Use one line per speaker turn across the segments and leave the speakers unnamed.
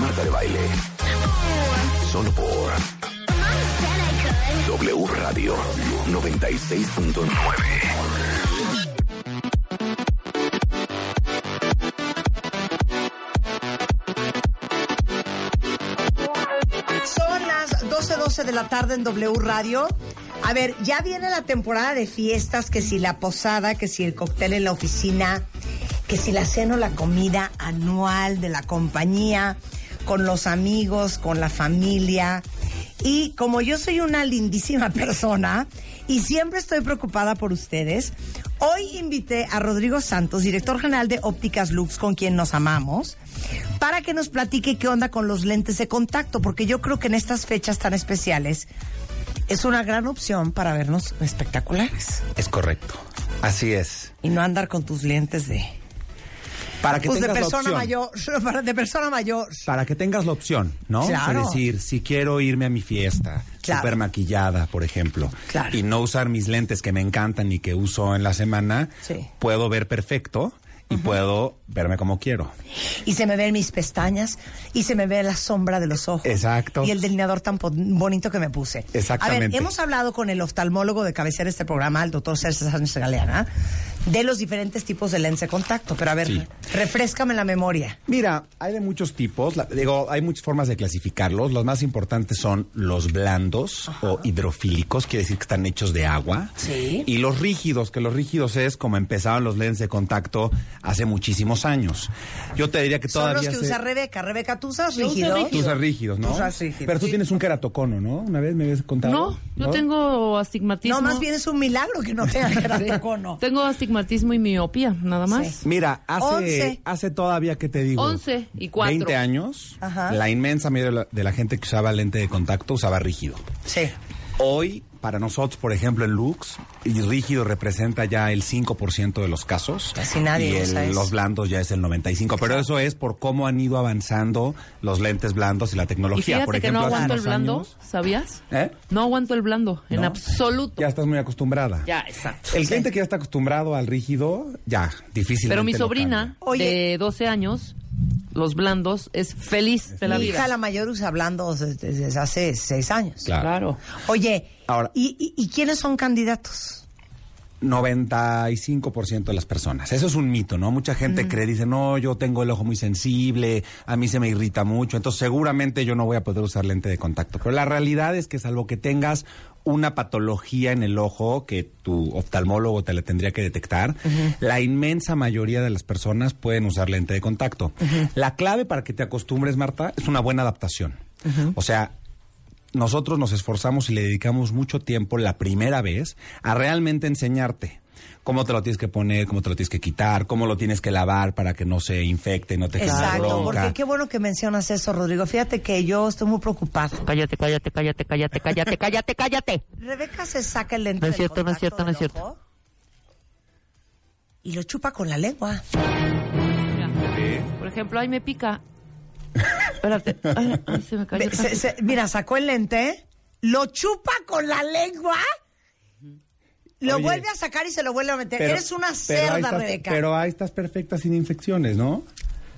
Marta de Baile. Solo por W Radio 96.9.
Son las 12.12 de la tarde en W Radio. A ver, ya viene la temporada de fiestas, que si la posada, que si el cóctel en la oficina, que si la cena o la comida anual de la compañía, con los amigos, con la familia. Y como yo soy una lindísima persona y siempre estoy preocupada por ustedes, hoy invité a Rodrigo Santos, director general de Ópticas Lux, con quien nos amamos, para que nos platique qué onda con los lentes de contacto, porque yo creo que en estas fechas tan especiales es una gran opción para vernos espectaculares
Es correcto. Así es.
y no andar con tus lentes de
Para que
pues de
tengas la
persona
opción.
mayor, para- de persona mayor.
Para que tengas la opción, ¿no?
Claro.
Es decir, si quiero irme a mi fiesta,
Claro.
super maquillada, por ejemplo,
Claro.
y no usar mis lentes que me encantan y que uso en la semana,
Sí.
puedo ver perfecto y puedo verme como quiero.
Y se me ven mis pestañas y se me ve la sombra de los ojos.
Exacto.
Y el delineador tan po- bonito que me puse. A ver,
Exactamente.
hemos hablado con el oftalmólogo de cabecera de este programa, el doctor César Sánchez Galeana, de los diferentes tipos de lente de contacto. Pero a ver,
Sí.
refrescame la memoria.
Mira, hay de muchos tipos, la- digo, hay muchas formas de clasificarlos. Los más importantes son los blandos o hidrofílicos, quiere decir que están hechos de agua.
Sí.
Y los rígidos, que los rígidos es como empezaban los lentes de contacto hace muchísimos años. Yo te diría que
Son
todavía
los que
se-
usa Rebeca. Rebeca, ¿tú usas
Yo uso
rígidos?
Tú usas rígidos, ¿no?
Tú usas rígidos.
Pero tú tienes un keratocono, ¿no? Una vez me habías contado.
No, yo tengo astigmatismo.
No, más bien es un milagro que no tenga keratocono.
Tengo astigmatismo y miopía, nada más.
Sí.
Mira, hace,
Once.
hace todavía, ¿qué te digo?
Once y cuatro.
20 años,
Ajá.
la inmensa mayoría de la- de la gente que usaba lente de contacto usaba rígido.
Sí.
Hoy, para nosotros, por ejemplo, en Lux, y rígido representa ya el 5% de los casos.
Casi nadie
Y el-
usa eso.
los blandos ya es el 95%. Pero eso es por cómo han ido avanzando los lentes blandos y la
Y
tecnología.
fíjate
por
que no
ejemplo, hace
aguanto el
unos
blando,
años-
¿sabías?
¿Eh?
No aguanto el blando, en
¿No?
absoluto.
Ya estás muy acostumbrada.
Ya, exacto.
El cliente que ya está acostumbrado al rígido, ya, difícilmente
Pero mi
lo
sobrina
Oye.
de 12 años, los blandos, es feliz de la
Mi hija,
vida.
la mayor, usa blandos desde desde hace seis años.
Claro.
Claro.
Oye,
Ahora-
¿y, y- y quiénes son candidatos?
cambia. 95% de las personas. Eso es un mito, ¿no? Mucha gente cree, dice, no, yo tengo el ojo muy sensible, a mí se me irrita mucho, entonces seguramente yo no voy a poder usar lente de contacto. Pero la realidad es que salvo que tengas una patología en el ojo que tu oftalmólogo te la tendría que detectar, la inmensa mayoría de las personas pueden usar lente de contacto. La clave para que te acostumbres, Marta, es una buena adaptación. O sea, nosotros nos esforzamos y le dedicamos mucho tiempo la primera vez a realmente enseñarte cómo te lo tienes que poner, cómo te lo tienes que quitar, cómo lo tienes que lavar para que no se infecte, no te genere
Exacto,
bronca.
porque qué bueno que mencionas eso, Rodrigo. Fíjate que yo estoy muy preocupada.
Cállate, cállate, cállate, cállate, cállate, cállate, cállate.
Rebeca se saca el lente.
No es
del
cierto, no es
contacto
cierto, no
del
es cierto.
ojo Y lo chupa con la lengua.
Mira, Por ejemplo, ahí me pica. Espérate. Ay, ay, se me cayó.
Ve, se- se- mira, sacó el lente, lo chupa con la lengua, lo
Oye.
vuelve a sacar y se lo vuelve a meter. Eres una
pero
cerda,
ahí estás-
Rebeca.
Pero ahí estás perfecta sin infecciones, ¿no?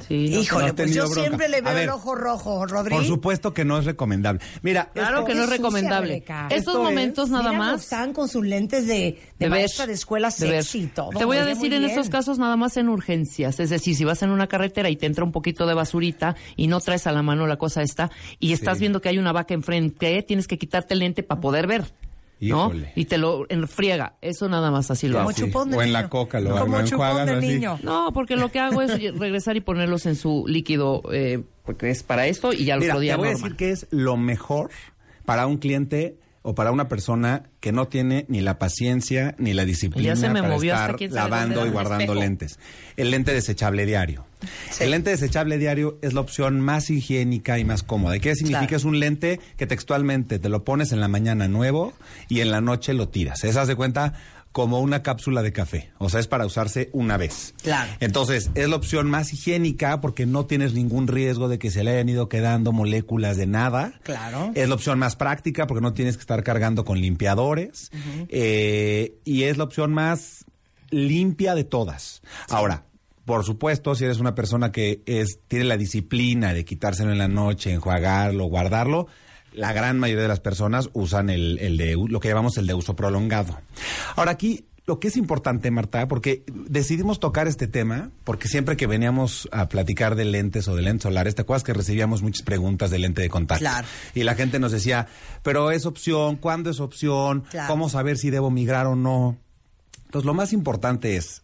Sí, no.
Híjole,
no
pues
has
yo
tenido bronca.
siempre le
A
veo
ver,
el ojo rojo, Rodrigo.
Por supuesto que no es recomendable. Mira,
Claro
Esto
que no es
es sucia,
recomendable.
Rebeca.
Estos
Esto
momentos
es-
nada
Mira,
más.
Están con sus lentes de, de,
de ver,
maestra de escuela
de ver.
sexy y todo.
Te voy a
Oye,
decir
muy
en
bien.
estos casos nada más en urgencias, es decir, si vas en una carretera y te entra un poquito de basurita y no traes a la mano la cosa esta y estás
Sí.
viendo que hay una vaca enfrente, tienes que quitarte el lente para poder ver. ¿No?
Híjole.
Y te lo enfriega. Eso nada más así lo
Como
hago.
Sí,
chupón de
o en
niño.
la coca lo-
Como chupón
lo enjuagas
de
así.
niño.
No, porque lo que hago es regresar y ponerlos en su líquido, eh, porque es para esto y ya los
Mira,
otro día
te voy a
normal.
decir que es lo mejor para un cliente o para una persona que no tiene ni la paciencia ni la disciplina
Ya se me
para
movió hasta
estar
quién sabe dónde
lavando
era
y
mi
guardando
espejo.
lentes. El lente desechable diario. El lente desechable diario es la opción más higiénica y más cómoda. ¿Y ¿Qué significa?
Claro.
Es un lente que textualmente te lo pones en la mañana nuevo y en la noche lo tiras. Esa se cuenta como una cápsula de café. O sea, es para usarse una vez.
Claro.
Entonces, es la opción más higiénica porque no tienes ningún riesgo de que se le hayan ido quedando moléculas de nada.
Claro.
Es la opción más práctica porque no tienes que estar cargando con limpiadores. Eh, y es la opción más limpia de todas. Ahora, Por supuesto, si eres una persona que es, tiene la disciplina de quitárselo en la noche, enjuagarlo, guardarlo, la gran mayoría de las personas usan el, el de, u- lo que llamamos el de uso prolongado. Ahora aquí, lo que es importante, Marta, porque decidimos tocar este tema, porque siempre que veníamos a platicar de lentes o de lentes solares, ¿te acuerdas que recibíamos muchas preguntas de lente de contacto?
Claro.
Y la gente nos decía, pero es opción, ¿cuándo es opción?
Claro.
¿Cómo saber si debo migrar o no? Entonces, lo más importante es,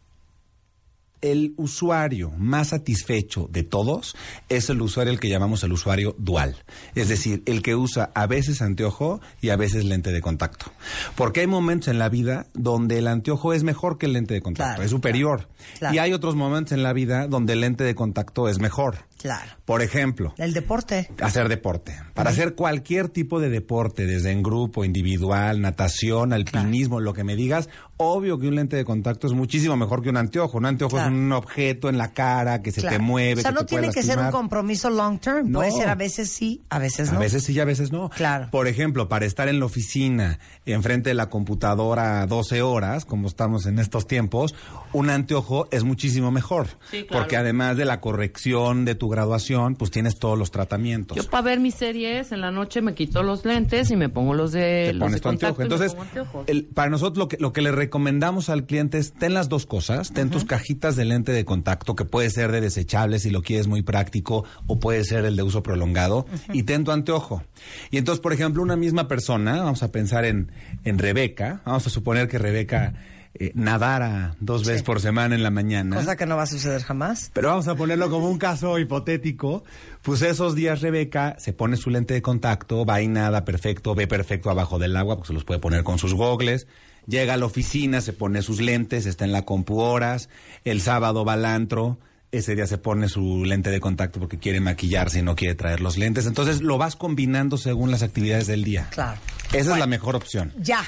el usuario más satisfecho de todos es el usuario el que llamamos el usuario dual, es decir, el que usa a veces anteojo y a veces lente de contacto. Porque hay momentos en la vida donde el anteojo es mejor que el lente de contacto,
Claro,
es superior.
claro.
Y hay otros momentos en la vida donde el lente de contacto es mejor.
Claro.
Por ejemplo,
El deporte.
Hacer deporte. Para hacer cualquier tipo de deporte, desde en grupo, individual, natación, alpinismo, lo que me digas, obvio que un lente de contacto es muchísimo mejor que un anteojo. Un anteojo
Claro.
es un objeto en la cara que se
Claro.
te mueve.
O sea,
que
no
te puede
tiene que ser un
lastimar.
compromiso long term.
No.
Puede ser a veces sí, a veces no.
A veces sí y a veces no.
Claro.
Por ejemplo, para estar en la oficina, enfrente de la computadora 12 horas, como estamos en estos tiempos, un anteojo es muchísimo mejor.
Sí, claro.
Porque además de la corrección de tu graduación, pues tienes todos los tratamientos.
Yo para ver mis series en la noche me quito los lentes y me pongo los de
te
Pues, los de
pones tu anteojo.
contacto y me
Entonces,
pongo anteojos.
el- para nosotros lo que, lo que le recomendamos al cliente es ten las dos cosas, ten tus cajitas de lente de contacto, que puede ser de desechable si lo quieres muy práctico, o puede ser el de uso prolongado, y ten tu anteojo. Y entonces, por ejemplo, una misma persona, vamos a pensar en, en Rebeca, vamos a suponer que Rebeca eh, nadara dos veces por semana en la mañana.
Cosa que no va a suceder jamás.
Pero vamos a ponerlo como un caso hipotético. Pues esos días Rebeca se pone su lente de contacto, va y nada perfecto, ve perfecto abajo del agua, porque se los puede poner con sus gogles. Llega a la oficina, se pone sus lentes, está en la compu horas. El sábado va al antro. Ese día se pone su lente de contacto porque quiere maquillarse y no quiere traer los lentes. Entonces lo vas combinando según las actividades del día.
Claro.
Esa es la mejor opción.
Ya.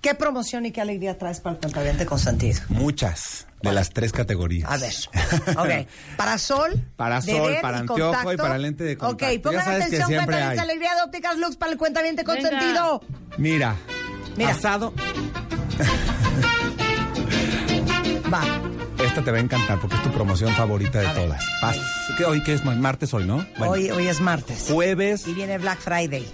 ¿Qué promoción y qué alegría traes para el cuentaviente consentido?
Muchas de las tres categorías.
A ver. Ok. Para sol.
Para
de
sol,
ver
para
y
anteojo y
contacto.
para lente de contacto.
Ok, pongan
Ya sabes que
atención,
siempre
cuentaviente
hay.
alegría de ópticas Lux para el cuentaviente consentido.
Mira,
Mira.
asado.
Va.
Esta te va a encantar porque es tu promoción favorita de
A ver.
todas. Pas- ¿Qué, hoy qué es martes hoy, ¿no? Bueno,
Hoy, hoy es martes.
jueves,
Y viene Black Friday.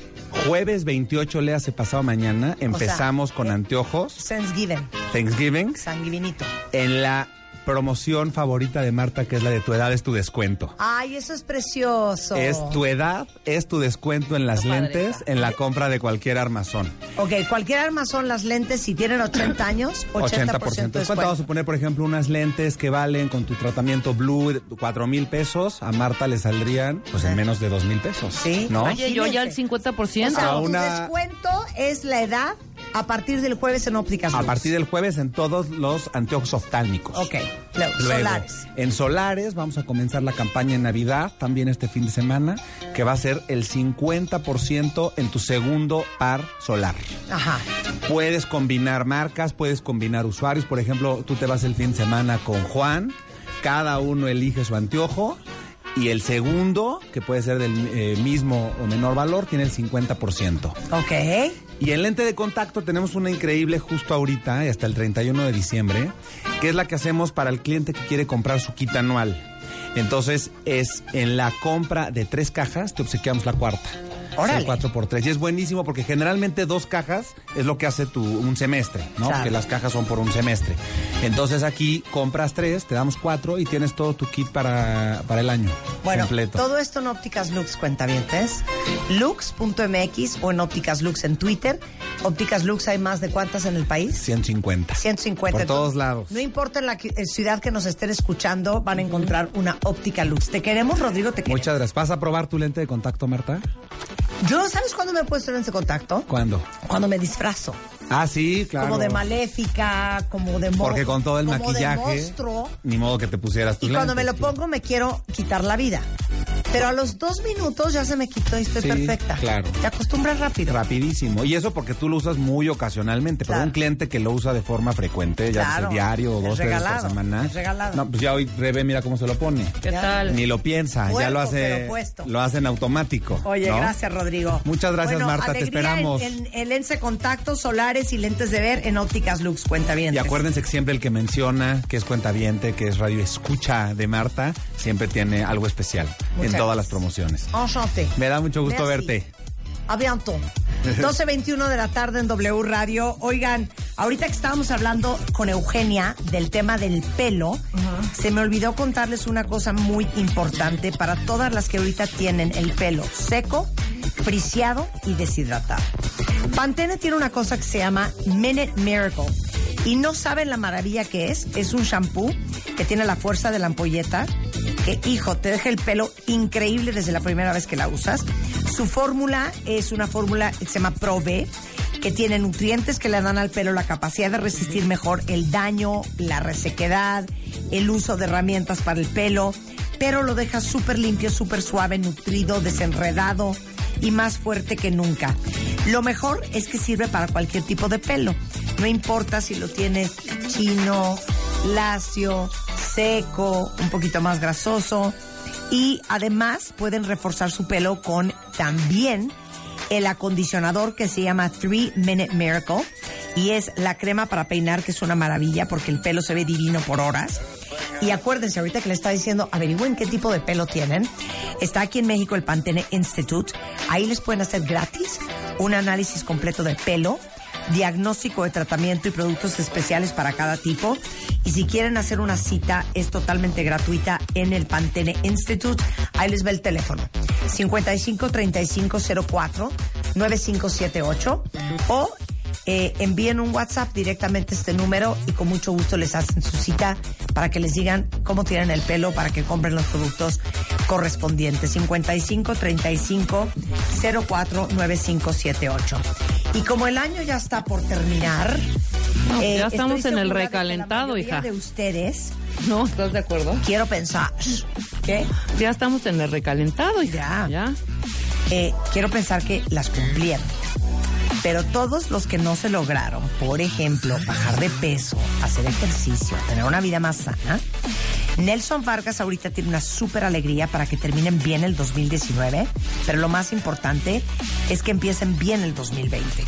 jueves 28 le hace pasado mañana empezamos con
eh,
anteojos
Thanksgiving.
Thanksgiving
Sanguinito.
en la promoción favorita de Marta que es la de tu edad es tu descuento.
Ay, eso es precioso.
Es tu edad, es tu descuento en las
Está padre,
lentes,
está.
en la compra de cualquier armazón.
Ok, cualquier arma son las lentes. Si tienen 80 años, 80%,
80%.
de
¿Cuánto vamos a
descuento.
poner, por ejemplo, unas lentes que valen con tu tratamiento Blue 4 mil pesos? A Marta le saldrían pues en menos de 2 mil pesos.
Sí.
¿no?
Oye, yo ya el
Imagínense.
50%.
O sea,
A
tu
una-
descuento es la edad a partir del jueves en ópticas.
A
Lux.
partir del jueves en todos los anteojos oftálmicos.
Ok, luego,
Luego,
solares.
En solares vamos a comenzar la campaña en Navidad, también este fin de semana, que va a ser el 50% en tu segundo par solar.
Ajá.
Puedes combinar marcas, puedes combinar usuarios. Por ejemplo, tú te vas el fin de semana con Juan, cada uno elige su anteojo. Y el segundo, que puede ser del eh, mismo o menor valor, tiene el 50%.
Ok.
Y en lente de contacto tenemos una increíble justo ahorita, eh, hasta el 31 de diciembre, que es la que hacemos para el cliente que quiere comprar su kit anual. Entonces es en la compra de tres cajas, te obsequiamos la cuarta.
Órale.
El 4 por 3 Y es buenísimo porque generalmente dos cajas es lo que hace tu, un semestre, ¿no?
Claro.
Porque las cajas son por un semestre. Entonces aquí compras tres, te damos cuatro y tienes todo tu kit para, para el año.
Bueno,
completo.
todo esto en Ópticas Lux, cuentavientes. Lux.mx o en Ópticas Lux en Twitter. Ópticas Lux hay más de cuántas en el país?
150.
150.
Por todos
Entonces,
lados.
No importa en la qui- eh, ciudad que nos estén escuchando, van a encontrar una óptica Lux. Te queremos, Rodrigo, te queremos.
Muchas gracias. ¿Vas a probar tu lente de contacto, Marta?
Yo, ¿sabes cuándo me he puesto en ese contacto?
¿Cuándo?
Cuando me disfrazo.
Ah, sí, claro.
Como de maléfica, como de mo-
Porque con todo el
como de
maquillaje, pues
monstruo.
ni modo que te pusieras tus
Y cuando me lo
lentes,
pongo me quiero quitar la vida. Pero a los dos minutos ya se me quitó y estoy
Sí,
perfecta.
claro.
Te acostumbras rápido.
Rapidísimo. Y eso porque tú lo usas muy ocasionalmente, pero
Claro.
un cliente que lo usa de forma frecuente, ya
Claro.
sea diario o
Es
dos, tres veces por
regalado,
semana.
es regalado.
No, pues ya hoy Rebe, mira cómo se lo pone.
¿Qué
Ya.
tal?
Ni lo piensa, ya
Puerto,
lo
pero
hace
puesto.
lo hacen automático.
Oye,
¿no?
gracias, Rodrigo.
Muchas gracias,
Bueno,
Marta, te
alegría
esperamos.
En, en- en Lense Contacto, solares y lentes de ver en ópticas Lux. Cuenta bien.
Y acuérdense que siempre el que menciona que es cuentaviente, que es radio escucha de Marta, siempre tiene algo especial
Muchas
en todas
gracias.
las promociones.
Enchanté.
Me da mucho gusto
Merci.
verte.
A bientôt. 12.21 de la tarde en W Radio. Oigan, ahorita que estábamos hablando con Eugenia del tema del pelo, se me olvidó contarles una cosa muy importante para todas las que ahorita tienen el pelo seco, friseado y deshidratado. Pantene tiene una cosa que se llama Minute Miracle. Y no saben la maravilla que es. Es un shampoo que tiene la fuerza de la ampolleta que, hijo, te deja el pelo increíble desde la primera vez que la usas. Su fórmula es una fórmula que se llama Pro-B, que tiene nutrientes que le dan al pelo la capacidad de resistir mejor el daño, la resequedad, el uso de herramientas para el pelo, pero lo deja súper limpio, súper suave, nutrido, desenredado y más fuerte que nunca. Lo mejor es que sirve para cualquier tipo de pelo. No importa si lo tienes chino, lacio, seco, un poquito más grasoso. Y además pueden reforzar su pelo con también el acondicionador que se llama 3 Minute Miracle. Y es la crema para peinar, que es una maravilla porque el pelo se ve divino por horas. Y acuérdense, ahorita que le está diciendo, averigüen qué tipo de pelo tienen. Está aquí en México el Pantene Institute. Ahí les pueden hacer gratis un análisis completo de pelo, diagnóstico de tratamiento y productos especiales para cada tipo. Y si quieren hacer una cita, es totalmente gratuita en el Pantene Institute. Ahí les va el teléfono. 55 35 04 9578 o eh, envíen un WhatsApp directamente a este número y con mucho gusto les hacen su cita para que les digan cómo tienen el pelo, para que compren los productos correspondientes. 55 35 04 9578. Y como el año ya está por terminar.
No, ya
Eh, estoy
estamos en
segura
el
de que la
recalentado,
mayoría
hija.
de ustedes,
¿No? ¿Estás de acuerdo?
quiero pensar que
Ya estamos en el recalentado,
Ya.
hija. Ya.
eh, quiero pensar que las cumplieron. Pero todos los que no se lograron, por ejemplo, bajar de peso, hacer ejercicio, tener una vida más sana, Nelson Vargas ahorita tiene una súper alegría para que terminen bien el 2019, pero lo más importante es que empiecen bien el 2020.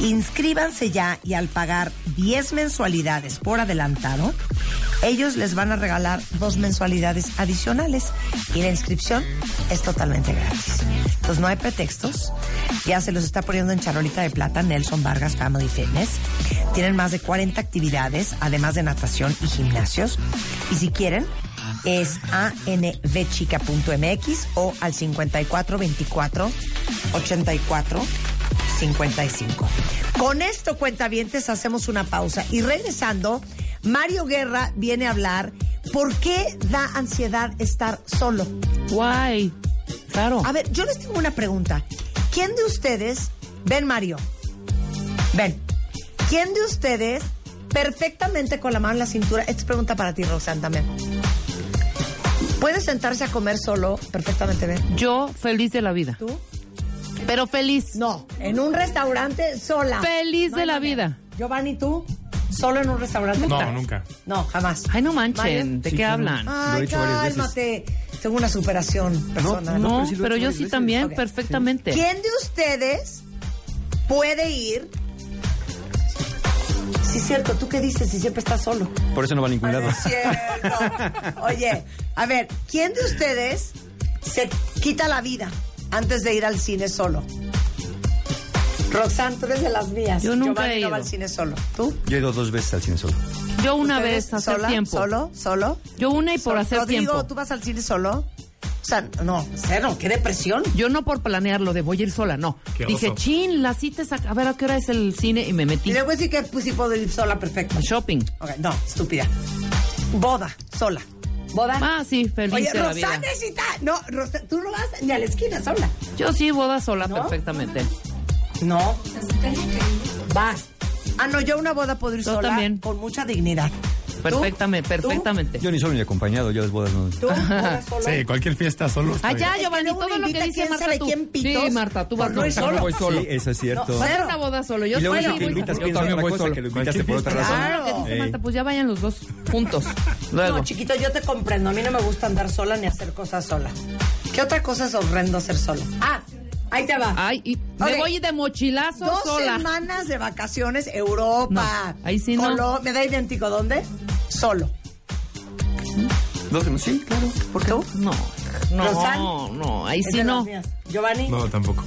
Inscríbanse ya y al pagar 10 mensualidades por adelantado, ellos les van a regalar dos mensualidades adicionales y la inscripción es totalmente gratis. Entonces no hay pretextos. Ya se los está poniendo en charolita de plata Nelson Vargas Family Fitness. Tienen más de 40 actividades, además de natación y gimnasios. Y si quieren, es anvchica.mx o al 5424 84 55. Con esto, cuentavientes, hacemos una pausa. Y regresando, Mario Guerra viene a hablar por qué da ansiedad estar solo.
Guay. Claro.
A ver, yo les tengo una pregunta. ¿Quién de ustedes, ven Mario, ven, ¿quién de ustedes perfectamente con la mano en la cintura, esta es pregunta para ti, Roxanne, también, puede sentarse a comer solo perfectamente bien?
Yo feliz de la vida.
¿Tú?
Pero feliz.
No, en un restaurante sola.
Feliz
No
de
hay
la
manera.
vida.
Giovanni, ¿tú? ¿Solo en un restaurante?
No, nunca.
No, jamás.
Ay, no manchen.
Mario. Ah.
¿De qué hablan?
Lo
Ay,
he hecho varias veces.
cálmate. Tengo una superación personal.
No,
Ah, sí lo he
pero
hecho
yo
varias
sí
veces.
también,
Ok.
perfectamente.
¿Quién de ustedes puede ir? Sí, es cierto. ¿Tú qué dices si siempre estás solo?
Por eso no va a ningún lado.
Es cierto. Oye, a ver, ¿quién de ustedes se quita la vida antes de ir al cine solo? Roxanne, tú eres de las mías.
Yo nunca
Giovanni
he
no va
ido.
al cine solo. ¿Tú?
Yo he ido dos veces al cine solo.
Yo una
¿Ustedes
vez hace
sola,
tiempo.
¿Solo? ¿Solo?
Yo una y por
Sol-
hacer
Rodrigo,
tiempo.
¿tú vas al cine solo? O sea, no, cero, qué depresión.
Yo no por planearlo de voy a ir sola, no.
Qué
Dije,
oso.
chin, la cita es a... a ver a qué hora es el cine y me
Y
metí.
le voy a decir que pues sí puedo ir sola, perfecto.
al Shopping.
Ok, no, estúpida. Boda, sola. Boda.
Ah, sí, feliz
Oye,
de la vida.
Rosana necesita. No, Rosa, tú no vas ni a la esquina sola.
Yo sí, boda sola perfectamente.
No. Vas. Ah, no, yo a una boda puedo ir
Yo
sola
también.
con mucha dignidad.
Perfectamente, perfectamente.
Yo ni solo ni acompañado, yo a las bodas no.
¿Tú? ¿Ahora solo?
Sí, cualquier fiesta solo. está
Allá,
bien.
Ah, Giovanni,
luego
todo
uno
lo que
invita
dice
quién
Marta.
sabe
tú.
quién pitó.
Sí, Marta, tú vas
No, es
solo.
solo.
Voy solo.
Sí, eso es cierto.
No,
Vas a una boda solo. Yo
y luego
soy
dice que invitas
Claro,
Yo
piensa
también
otra
voy
cosa,
solo.
que lo invitaste
Cualquier
por otra razón.
Claro.
que dice
Ey.
Marta, pues ya vayan los dos juntos. Luego.
No, chiquito, yo te comprendo. A mí no me gusta andar sola ni hacer cosas sola. ¿Qué otra cosa es horrendo hacer sola? Ah, ahí te va.
Ay, y
Ok.
me voy de mochilazo
Dos
Ah, sola.
semanas de vacaciones, Europa.
No, ahí sí no.
Colo- me da idéntico, ¿dónde? Solo.
¿Mm?
Dos- Sí, claro.
¿Por qué?
No,
Rosal.
no, no, ahí sí no.
Giovanni,
No, tampoco.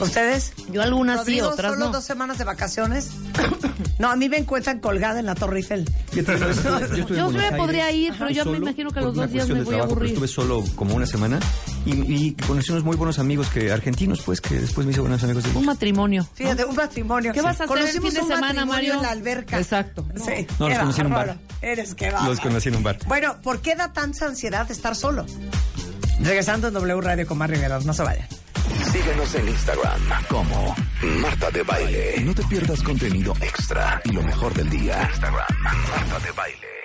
¿ustedes?
Yo algunas sí,
Rodrigo,
otras
solo
no.
dos semanas de vacaciones. no, a mí me encuentran colgada en la Torre Eiffel.
Fíjate, una vez estuve- yo estuve en
Yo
Buenos
me podría
Aires,
ir, pero yo me
solo
imagino que a
por
los
una
dos días
cuestión
me
de
voy a
trabajo, pero
aburrir.
Estuve solo como una semana y, y conocí unos muy buenos amigos que argentinos, pues, que después me hice buenos amigos. De...
Un matrimonio.
Fíjate, un matrimonio.
¿Qué vas a hacer el
Conocimos
fin de
un
semana,
matrimonio
Mario?
en la alberca.
Exacto.
Sí.
No, los
Qué
conocí en un bar.
bárbaro. Eres que va.
Los conocí en un bar.
Bueno, ¿por qué da tanta ansiedad de estar solo? Regresando en W Radio con Mar Rivera, no se vayan.
Síguenos en Instagram como Marta de Baile. No te pierdas contenido extra y lo mejor del día. Instagram, Marta de Baile.